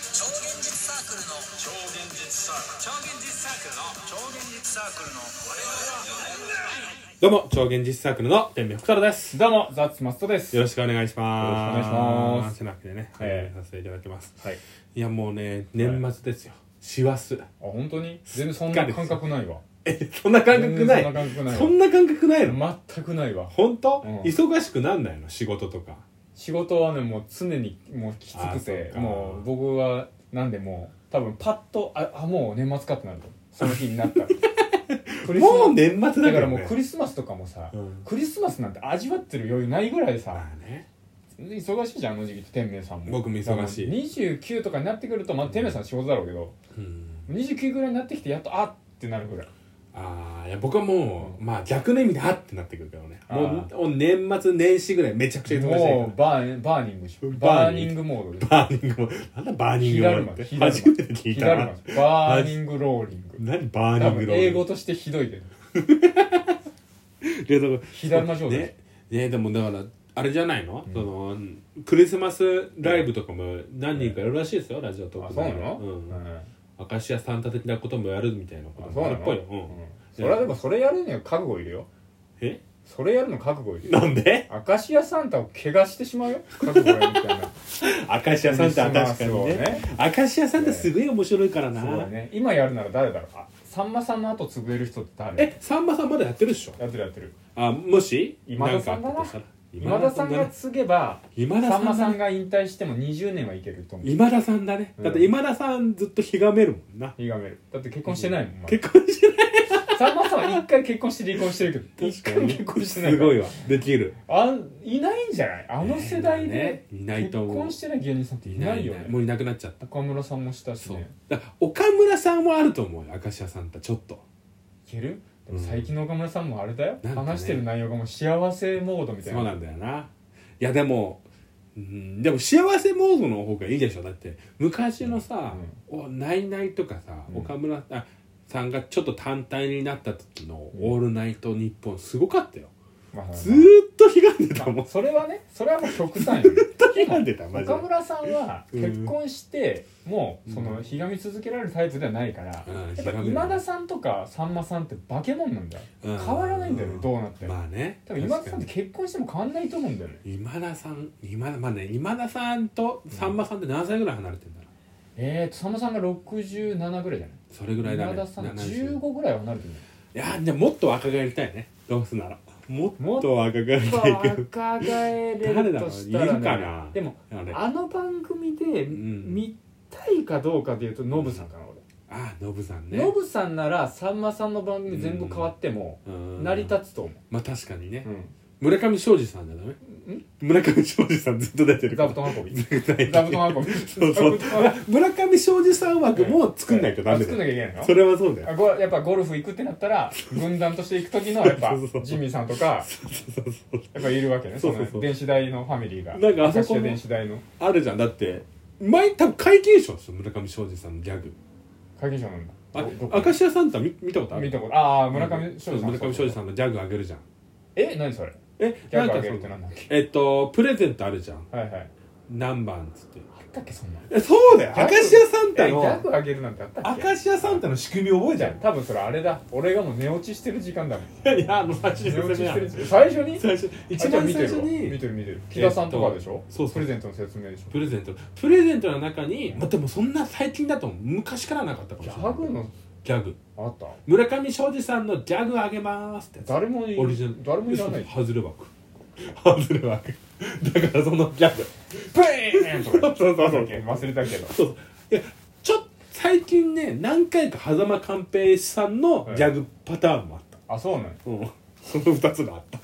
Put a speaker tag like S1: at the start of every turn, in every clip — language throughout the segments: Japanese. S1: 実サークルの
S2: 超現実サークル
S1: 超現実サークルの
S2: 超現実サークルの我々
S3: どうも、超現実サークルの天明福太郎です。
S4: どうも、ザッツマストです。
S3: よろしくお願いします。
S4: よろしくお願いします
S3: てなわけでね、
S4: はい
S3: えーさせていただきます。
S4: はい。あ、
S3: いや、もうね、年末ですよ。師走。
S4: 本当に全然そんな感覚ないわ。
S3: え、そんな感覚ない
S4: 全然そんな感覚ないわ
S3: そんな感覚ないの
S4: 全くないわ。
S3: 本当
S4: うん
S3: 忙しくなんないの仕事とか。
S4: 仕事はね、もう常にもうきつ
S3: あ
S4: く
S3: そう
S4: て、
S3: か
S4: もう僕は、なんでもう、多分パッと、あ、あもう年末かってなると。その日になっ たら。クリスマス
S3: もう年末だから、ね、
S4: だからもうクリスマスとかもさ、
S3: うん
S4: クリスマスなんて味わってる余裕ないぐらいさ
S3: ま、あね。
S4: 忙しいじゃん、あの時期って天明さんも。
S3: 僕も忙しい
S4: だから29とかになってくると、まあ天明さん仕事だろうけど、
S3: うん。
S4: 29ぐらいになってきて、やっと、あってなるぐらい。
S3: あーいや僕はもう、まあ逆の意味であってなってくるけどね。も
S4: あ
S3: うもう年末年始ぐらいめちゃくちゃ忙しいから。
S4: もうバーバーニングし
S3: バ
S4: バ
S3: ー
S4: ー
S3: ニ
S4: ニ
S3: ン
S4: ングモードで
S3: バーニングも、なんだバーニン
S4: ヒ
S3: グ
S4: ダ
S3: も
S4: ル
S3: っ
S4: マ
S3: て
S4: ヒダルマ
S3: 初めて聞い
S4: ヒ
S3: た
S4: ダルマ
S3: な。
S4: バーニングローリング
S3: 何バー
S4: 多
S3: ニング
S4: 分
S3: ロー
S4: 英語としてひどいけど
S3: と
S4: 左の状態
S3: ねねでもだからあれじゃないの,、そのクリスマスライブとかも何人かやるらしいですよ、ラジオトークでうん明石家サンタ的なこともやるみたいなこと
S4: そう
S3: も
S4: な
S3: あ
S4: の
S3: るっぽいよ、う
S4: うんんそれはでもそれやるには覚悟いるよ
S3: え
S4: それやるの覚悟いるよ
S3: なんで
S4: 明石家サンタを怪我してしまうよ覚悟がいるみた いな
S3: 明石家サンタは確かにね
S4: クリス
S3: 明石家サンタすごい面白いからな、
S4: そうだね今やるなら誰だろうあさんまさんの後潰れる人って誰
S3: えさんまさんまだやってるっしょ
S4: やってるやってる
S3: あもし
S4: 今田さんだな
S3: なんかあったとしたら
S4: 今田さんが継げば
S3: 今田
S4: さ
S3: さん
S4: ん
S3: だ
S4: ま
S3: ね
S4: さんが引退しても20年はいけると思う
S3: 今田さんだね、だって今田さんずっとひがめるもんな
S4: 歪めるだって結婚してないもん、まだ
S3: 結婚してない
S4: さんまさんは一回結婚して離婚してるけど一回も結婚してない
S3: す
S4: から
S3: ごいわできる
S4: あんいないんじゃないあの世代で
S3: いない
S4: 結
S3: と思う
S4: 婚してない芸人さんっていないよね
S3: もういなくなっちゃった
S4: 岡村さんもしたし
S3: そう
S4: ね
S3: だから岡村さんはあると思うよ明石家さんとちょっと
S4: いけるでも最近の岡村さんもあれだよ、
S3: なんかね
S4: 話してる内容がもう幸せモードみたい
S3: そう
S4: な
S3: なんだよないやでもうんでも幸せモードの方がいいでしょだって昔のさ「おナイナイ」とかさ、
S4: うん
S3: 岡村あさんがちょっと単体になった時の「オールナイトニッポン」すごかったよ、
S4: まあまあ
S3: ずーっとひがんでたも
S4: まあ
S3: ん
S4: それはねそれはもう極端よね
S3: ひがんで たマジで
S4: 岡村さんは
S3: うん
S4: 結婚してもうそのひがみ続けられるタイプではないから、
S3: うん
S4: やっぱ
S3: ひがめる
S4: 今田さんとかさんまさんって化け物なんだよ、
S3: うん
S4: 変わらないんだよね、どうなっても、
S3: まあね
S4: 多分今田
S3: 確
S4: さ
S3: か
S4: んっ
S3: に
S4: て結婚しても変わんないと思うんだよね
S3: 今田さん今田まあね今田さんとさんまさんって何歳ぐらい離れてんだろう
S4: えーとさんまさんが67ぐらいじゃない
S3: それぐらいだね
S4: 今田さん
S3: 70
S4: 15ぐらいはなると思
S3: い
S4: う
S3: やでももっと若返りたいねどうすならも
S4: も
S3: っ
S4: っ
S3: と
S4: と
S3: 若返りたいけど
S4: 若返れ
S3: 誰だろ
S4: る
S3: う
S4: と
S3: い
S4: したら、ね、
S3: るかな
S4: でも
S3: あれ
S4: あの番組で
S3: ん
S4: 見たいかどうかでいうとノブさんかな俺
S3: あノブさんね
S4: ノブさんならさんまさんの番組全部変わっても
S3: うん
S4: 成り立つと思
S3: まあ確かにね
S4: う、うん
S3: 村上庄司さんじゃダメ村上庄司さんずっと出てるか
S4: 座
S3: ら
S4: 布団運び
S3: 絶
S4: 座
S3: 対
S4: 布
S3: に
S4: 団運び
S3: そうそう
S4: 座布団
S3: 村上庄司さん枠も作んないとダメ
S4: あ
S3: だ
S4: 作んな
S3: よ
S4: きゃいけないの
S3: それはそうだよ
S4: あごやっぱゴルフ行くってなったら軍団として行く時のやっぱ
S3: そうそうそう
S4: ジミーさんとか
S3: そうそう
S4: やっぱいるわけね
S3: そ
S4: そう
S3: そうそう
S4: の電子代のファミリーが
S3: なんかあそこの
S4: 明石家電子代の
S3: あるじゃんだって前多分皆勤賞ですよ村上庄司さんのギャグ
S4: 会見者なんだ
S3: あ
S4: どどこ
S3: 明石家さんとは見見たことある
S4: 見たことああ村上
S3: そ
S4: 庄
S3: う
S4: 司さん
S3: 村上庄司さんのギャグあげるじゃん
S4: え何それ
S3: え
S4: ギ
S3: な
S4: ャ
S3: ん
S4: グ
S3: かそ
S4: あげるって
S3: の
S4: なんだっけ
S3: えっとプレゼントあるじゃん
S4: はいはい
S3: 何番っつって
S4: あったっけそんな
S3: えそうだよ
S4: ギャグ
S3: 明石家サンタ
S4: えギャ
S3: の
S4: グあげるなんてあったっけ
S3: 明石家サンタの仕組み覚えちゃう
S4: 多分それあれだ俺がもう寝落ちしてる時間だもん
S3: いやあの最初に
S4: 寝落
S3: 説
S4: ち
S3: 明
S4: し
S3: あ
S4: て
S3: る
S4: る時間最初に
S3: 最初一
S4: あじゃあ
S3: 番
S4: 見
S3: 最
S4: てる
S3: 初
S4: わ見
S3: に
S4: てる見てる木田さんとかでしょ、
S3: そうそう
S4: プレゼントの説明でしょ
S3: プレゼントプレゼントの中にまあでもそんな最近だと昔からなかったかも
S4: ギ
S3: しれない
S4: ャグの
S3: ギャグ
S4: あった
S3: 村上庄司さんのギャグあげますってやつ
S4: 誰もい
S3: オリジナル
S4: 誰もいらない
S3: ハズレ枠ハズレ枠だ からそのギャグ
S4: プーンとか
S3: そうそうそう
S4: なんだっけ 忘れたけど
S3: そうそういやちょっと最近ね何回か狭間寛平さんのギャグパターンもあった、
S4: あそうなの
S3: うんその2つがあった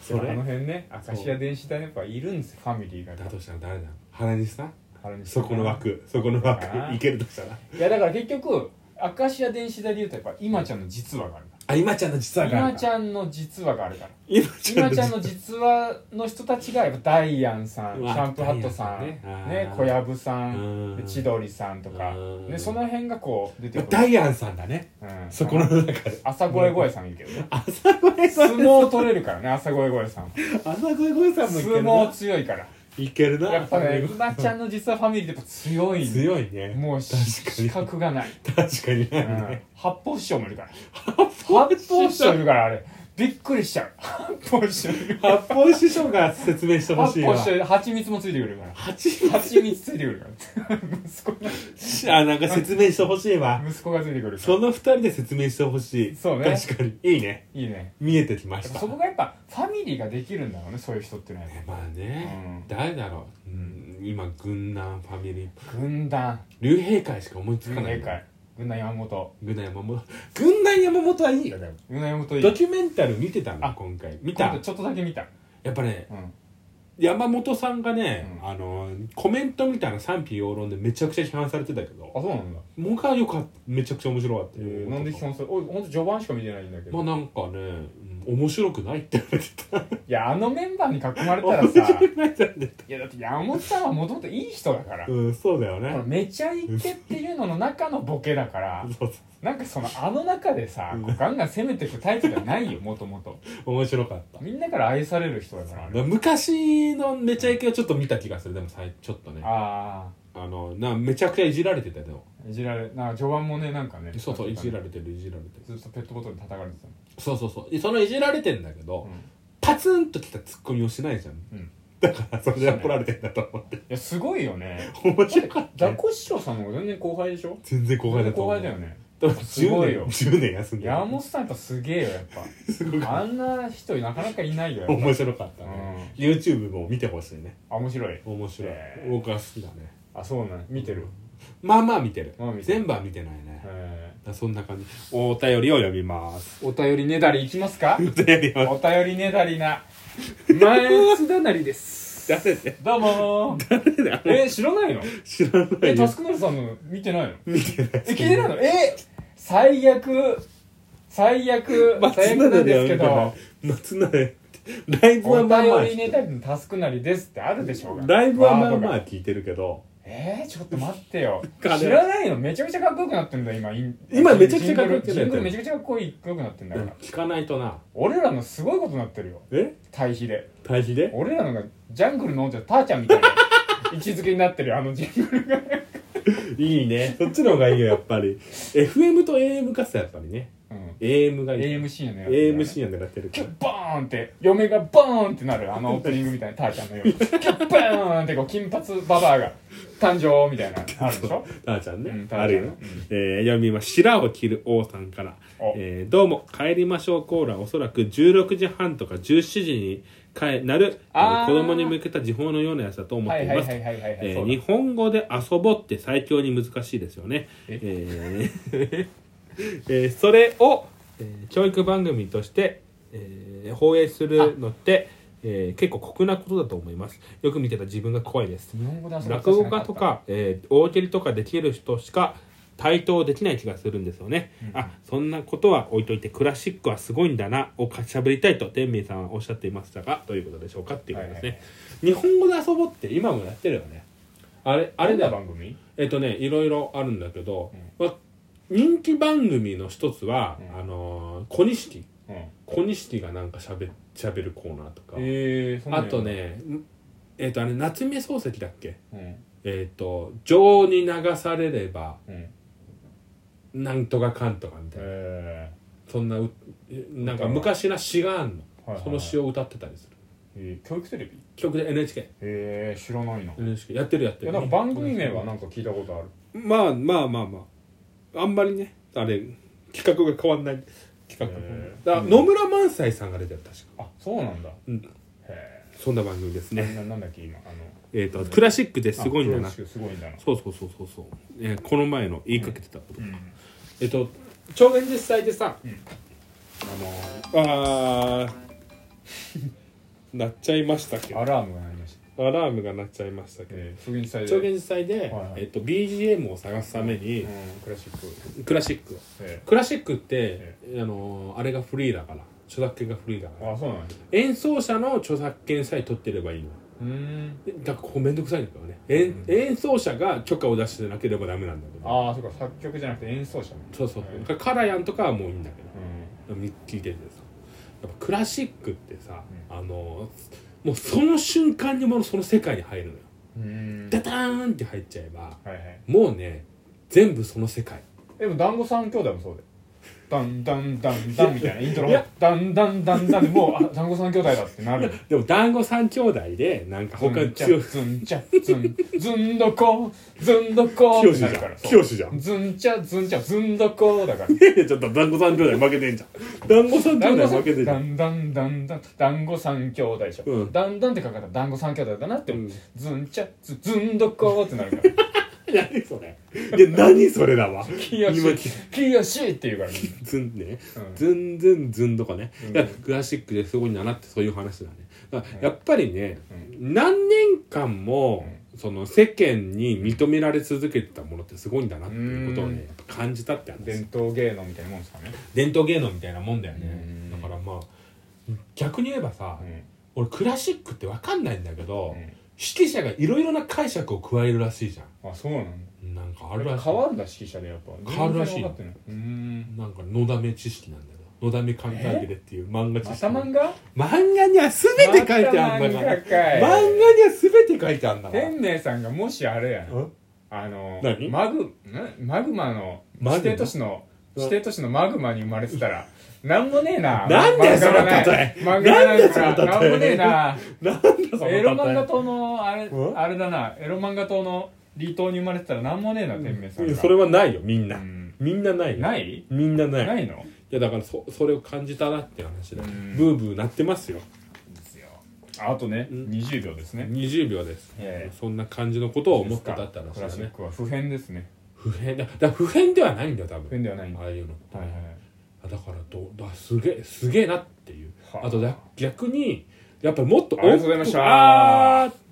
S3: そ
S4: あの
S3: れ
S4: 辺ね明石家電子代やっぱいるんですよファミリーが
S3: だとしたら誰だ原西さん
S4: 原西さ
S3: そ
S4: ん
S3: この枠そこの枠
S4: あー
S3: いけるとしたら
S4: いやだから結局明石家電子代で言うとやっぱ今ちゃんの実話があるか
S3: あ今ちゃんの実
S4: ら
S3: 話があ
S4: 今
S3: る
S4: ちゃんの実話があるから
S3: 今 ちゃ
S4: 今
S3: んの
S4: ちゃん
S3: 実
S4: の実話の人たちがやっぱダイアンさ
S3: う
S4: んシ
S3: わ
S4: ャンプーハットさん
S3: ダイアン
S4: ね
S3: さんねあー
S4: 小籔さ
S3: うん
S4: んで千鳥さんとか
S3: うん
S4: でその辺がこう出てくる
S3: ダイアンさんだね
S4: うん
S3: そこの中で
S4: 朝声声さんいるけどね
S3: 朝声
S4: 相
S3: さん
S4: 撲取れるからね朝声声さん
S3: 朝声声さんも
S4: 相
S3: いける
S4: 撲
S3: な
S4: 強いから
S3: いけるな
S4: やっぱね
S3: ファミ
S4: 馬ちゃんの実はファミリーってやっぱ強い
S3: リー
S4: ん
S3: 強いね
S4: もう資格がない、
S3: 確かに
S4: うん
S3: ね、
S4: 八方師匠もいるから八方師匠いるからあれびっくりしちゃう八方師匠いる
S3: 八方師匠が説明してほ
S4: 八
S3: しい
S4: 方
S3: わ
S4: 師匠蜂蜜もついてくるから
S3: 八
S4: 蜂蜜ついてくるから息子が
S3: あなんか説明してほしいわ
S4: 息子がついてくるから
S3: その二人で説明してほしい
S4: そうね
S3: 確かにいいね
S4: いいね
S3: 見えてきました
S4: そこがやっぱファミリーができるんだろうねそういう人っていうのはやっぱ
S3: まあね、
S4: うん
S3: 誰だろう、うん、今軍団ファミリー
S4: 軍団
S3: 竜兵会しか思いつ
S4: 軍
S3: か
S4: 団
S3: ない
S4: 会軍団山本
S3: 軍団山本軍団山本はいいよでも
S4: 軍団山本いい
S3: ドキュメンタル見てたの
S4: あ
S3: 今回見
S4: 今
S3: た
S4: 度ちょっとだけ見た
S3: やっぱね
S4: うん
S3: 山本さんがね、
S4: うん
S3: あのコメントみたいな賛否両論でめちゃくちゃ批判されてたけ
S4: あ
S3: ど
S4: そうなんだ
S3: 僕はよかっためちゃくちゃ面白かったよ、
S4: なんで基本それ俺ほんと序盤しか見てないんだけ
S3: まあ
S4: ど
S3: なんかね、うん面白くないって言われてた
S4: いやあのメンバーに囲まれたらさ
S3: ないって言われて
S4: いやだって山本さんはもともといい人だから
S3: た
S4: こ
S3: うんそうだよ
S4: の
S3: ね
S4: めちゃイケっていうのの中のボケだから
S3: そうそ
S4: なんかそのあの中でさこうガンガン攻めていくタイプじゃないよもともと
S3: う 面白かった
S4: みんなから愛される人だからあれ
S3: 昔のめちゃイケをちょっと見た気がするでもさいちょっとねあ
S4: あ
S3: のなめちゃくちゃいじられてたよでも
S4: あいじられなんか序盤もねなんかね
S3: そうそういじられ
S4: て
S3: てるいじられてる
S4: ずっとペットボトル叩かれてたの
S3: そうそうそうでそのいじられてんだけど、
S4: うん
S3: パツンときたツッコミをしないじゃん、
S4: うん
S3: だからそれで怒られてんだと思って
S4: いやすごいよね
S3: 面白かった
S4: ザ
S3: ね
S4: コシショウさんも全然後輩でしょ
S3: 全然後輩だと
S4: 後
S3: 思う
S4: 輩だよね
S3: だから
S4: すごいよ
S3: 10年10年休んでる
S4: 山本さんやっぱすげえよやっ
S3: すごい
S4: ぱあんな人なかなかいないよやっぱ
S3: 面白かったね、YouTube も見てほしいね
S4: あ面白い
S3: 面白い、
S4: へー
S3: 僕は好きだね
S4: あそうなん見てる
S3: まあまあ見てる、
S4: まあ見てる
S3: 全部は見てないね、だか
S4: え
S3: らそんな感じお便りを読みます
S4: ーお便りねだりいきますか
S3: お便りを
S4: お便りねだりな前津田なりです
S3: 出せて
S4: どうもー
S3: だ
S4: えー知らないの
S3: 知らな
S4: え
S3: い
S4: タ
S3: よ
S4: スクノリさんの見てないの
S3: 見てない
S4: え聞いてないのえー最悪最悪最悪なんですけど
S3: 松永でライブは
S4: お
S3: まあまあ
S4: 便りネタのタスクなりですってあるでしょうが
S3: ライブはまあま
S4: ワード
S3: あ
S4: が
S3: 聞いてるけど
S4: えー、ちょっと待ってよ
S3: 金
S4: 知らないのめちゃくちゃかっこよくなってんだよ今イン
S3: 今めちゃくちゃかっこよくなってる
S4: ジングルめちゃくちゃかっこよくなってんだから、
S3: 聞かないとな
S4: 俺らのすごいことになってるよ
S3: え
S4: 対比で
S3: 対比で
S4: 俺らのがジャングルの王者ターちゃんみた いな位置づけになってるよあのジングルが
S3: いいねそっちの方がいいよやっぱ り FM と AM かさやっぱりね
S4: うん
S3: AM がいい
S4: AM 深夜のやつ、
S3: AM 深夜狙ってるか
S4: キ
S3: ら
S4: ュッバーンって嫁がバーンってなるあのオープニングみたいなターちゃんのようにキュッバーンってこう金髪ババアが誕生みたいなのあるでしょ
S3: ターちゃんね、
S4: うんターちゃん
S3: あるよ、
S4: うん
S3: えー読みます白を切る王さんから
S4: お
S3: 「えーどうも帰りましょうコーラ」おそらく16時半とか17時に帰なる、え
S4: あー
S3: ー子供に向けた時報のようなやつだと思っ
S4: は
S3: て
S4: い
S3: い
S4: はい
S3: ます
S4: はいはいはいはい、
S3: えー
S4: そうだ
S3: 日本語で遊ぼうって最強に難しいですよね。え
S4: え
S3: ーえーそれを、えー教育番組として、えー放映するのって、えー結構酷なことだと思います。よく見てた自分が怖いです。
S4: 日本語で遊ぶ
S3: 落語家とか、えー大喜利とかできる人しか対等できない気がするんですよね、あそんなことは置いといてクラシックはすごいんだなをかしゃぶりたいと天明さんはおっしゃっていましたがどういうことでしょうかっていうことですね、
S4: は
S3: 日
S4: い
S3: 本語で遊ぼうって今もやってるよねあれあ
S4: あ
S3: れ
S4: れ
S3: だ
S4: だ
S3: よ
S4: 番組
S3: えっ、とねいろいろあるんだけど、まあ人気番組の一つは、
S4: うん
S3: あのー小錦
S4: うん
S3: 小錦がなんかしゃべしゃべるコーナーとか、
S4: えー、そんな
S3: あ
S4: んや
S3: と、ねえっ、とあれ夏目漱石だっけ
S4: うん
S3: えっ、と情に流されれば
S4: うん
S3: なんとかかんとかみたいな、
S4: え
S3: そんなうなんか昔な詩があんの、
S4: はいはい
S3: その詩を歌ってたりする
S4: ーえー教育テレビ
S3: 曲で NHK
S4: えー、知らないな、い
S3: NHK やってるやって
S4: や
S3: る
S4: なんか番組名はなんか聞いたことある
S3: まあまあまあまああんまりねあれ企画が変わんない企画、
S4: へ
S3: だから野村萬斎さんが出てる確か
S4: あそうなんだ、
S3: うん
S4: へ
S3: そんな番組です
S4: え、
S3: ね
S4: ななんだっけ今あの
S3: えっ、とクラシックですごいんだ
S4: あ
S3: な
S4: プロ野球すごいんだな
S3: そうそうそうそうそう、えーこの前の言いかけてたこと、
S4: ん
S3: えっ、と超現実祭でさ、
S4: ん
S3: あのー、あ ー鳴っちゃいましたけど
S4: アラームが鳴りました
S3: アラームが鳴っちゃいましたけど、
S4: えー、復元祭で
S3: 超現実祭で、
S4: はいはい
S3: えっと BGM を探すために
S4: う、んクラシック
S3: クラシックを
S4: え
S3: クラシックって、
S4: え
S3: あのーあれがフリーだから著作権がフリーだから
S4: ー、あそうなんや
S3: 演奏者の著作権さえ取ってればいいの
S4: うーん
S3: でだからここめんどくさいんだからね、えん演奏者が許可を出してなければダメなんだけど
S4: ああそうか作曲じゃなくて演奏者ね
S3: そうそう、
S4: はい
S3: だからカラヤンとかはもういいんだけど
S4: うん
S3: 聞いててさやっぱクラシックってさ、
S4: う
S3: あのもうその瞬間にもうその世界に入るのよ
S4: うん
S3: ダターンって入っちゃえば
S4: はいはい
S3: もうね全部その世界
S4: でも団子三兄弟 もそうでダンダンダンダンみたいなイントロ
S3: いや
S4: ダンダンダンダンでもうあ団子三兄弟だってなる
S3: でも団子三兄弟でなんか 他
S4: ズ
S3: に
S4: ンチ
S3: 強
S4: ャ
S3: い
S4: ズンチャズンズンドコズンドコ
S3: 清
S4: っ
S3: 志じ
S4: て
S3: ゃ
S4: なるから
S3: ん
S4: そう
S3: 清志じゃん
S4: ズンチャズンチャズンドコだから
S3: いやちょっと団子三兄弟負けてんじゃん団子三
S4: 団
S3: 兄
S4: 子
S3: 弟
S4: さ
S3: 負けて
S4: ん
S3: んじゃ
S4: だ
S3: ん
S4: んだんだんだんだんご三兄弟でしょ、
S3: うん
S4: だんだんって書かれたらだんご三兄弟だなって思う、
S3: うん
S4: ずんちゃずずんどこーってなるから
S3: 何それいや何それだわ
S4: きよ
S3: 今
S4: しきよしって言うからみんな
S3: ずんね、
S4: うん
S3: ずんずんずんとかね、
S4: うん
S3: いやクラシックですごいんだなってそういう話だねだからやっぱりね、何年間も、その世間に認められ続けてたものってすごいんだなっていうことを
S4: う
S3: ねやっぱ感じたって話
S4: 伝統芸能みたいなもんですかね、
S3: 伝統芸能みたいなもんだよね
S4: うん
S3: だからまあ逆に言えばさ、
S4: う
S3: 俺クラシックって分かんないんだけど、
S4: うん
S3: 指揮者がいろいろな解釈を加えるらしいじゃ
S4: ん、あそうなん
S3: んなんかあるら
S4: だ
S3: しい
S4: 変わるんだ指揮者でやっぱ
S3: 変わるらしい
S4: 全然分かってなうーん
S3: なんかのだめ知識なんだよのだめ神探偵でっていう漫画知
S4: ま
S3: 識
S4: た漫画
S3: 漫画には全て書いてあんだから
S4: また
S3: 漫
S4: 漫画
S3: 画
S4: かい
S3: には全て書いてあんだから
S4: 天明さんがもしあれや
S3: う
S4: なんあの
S3: 何
S4: マグなマグマの
S3: マグマ
S4: 指定都市の
S3: うん
S4: 指定都市のマグマに生まれてたらなんもねえな
S3: なんだよ
S4: 漫画がない
S3: その例え
S4: 漫画がない
S3: なんだ
S4: か
S3: よ
S4: ら
S3: その
S4: なん
S3: 例え
S4: もねえな
S3: なんだその例
S4: エ
S3: え
S4: ロ漫画島のあれ
S3: うん
S4: あれだなエロ漫画島の離島に生まれてたらなんもねえな天明さん
S3: いや
S4: が
S3: それはないよみんな、
S4: うん
S3: みんなないよ
S4: ない
S3: みんなない
S4: ないいの
S3: やだからそそれを感じたなって話だよ
S4: うん
S3: ブーブーなってますよ
S4: ですよあとね
S3: うん
S4: 20秒ですね
S3: 20秒です、
S4: ええ
S3: そんな感じのことを思ってたって話
S4: ク
S3: だ
S4: ラシッ
S3: ね
S4: クは普遍ですね
S3: 普遍だだから普遍ではないんだよ多
S4: 普遍
S3: 分
S4: ではないんだ
S3: ああいうのって、
S4: はいはい
S3: あだからどうだすげえすげえなっていう
S4: はあ
S3: あとだ逆にやっぱりもっと
S4: ありがとうございました
S3: あー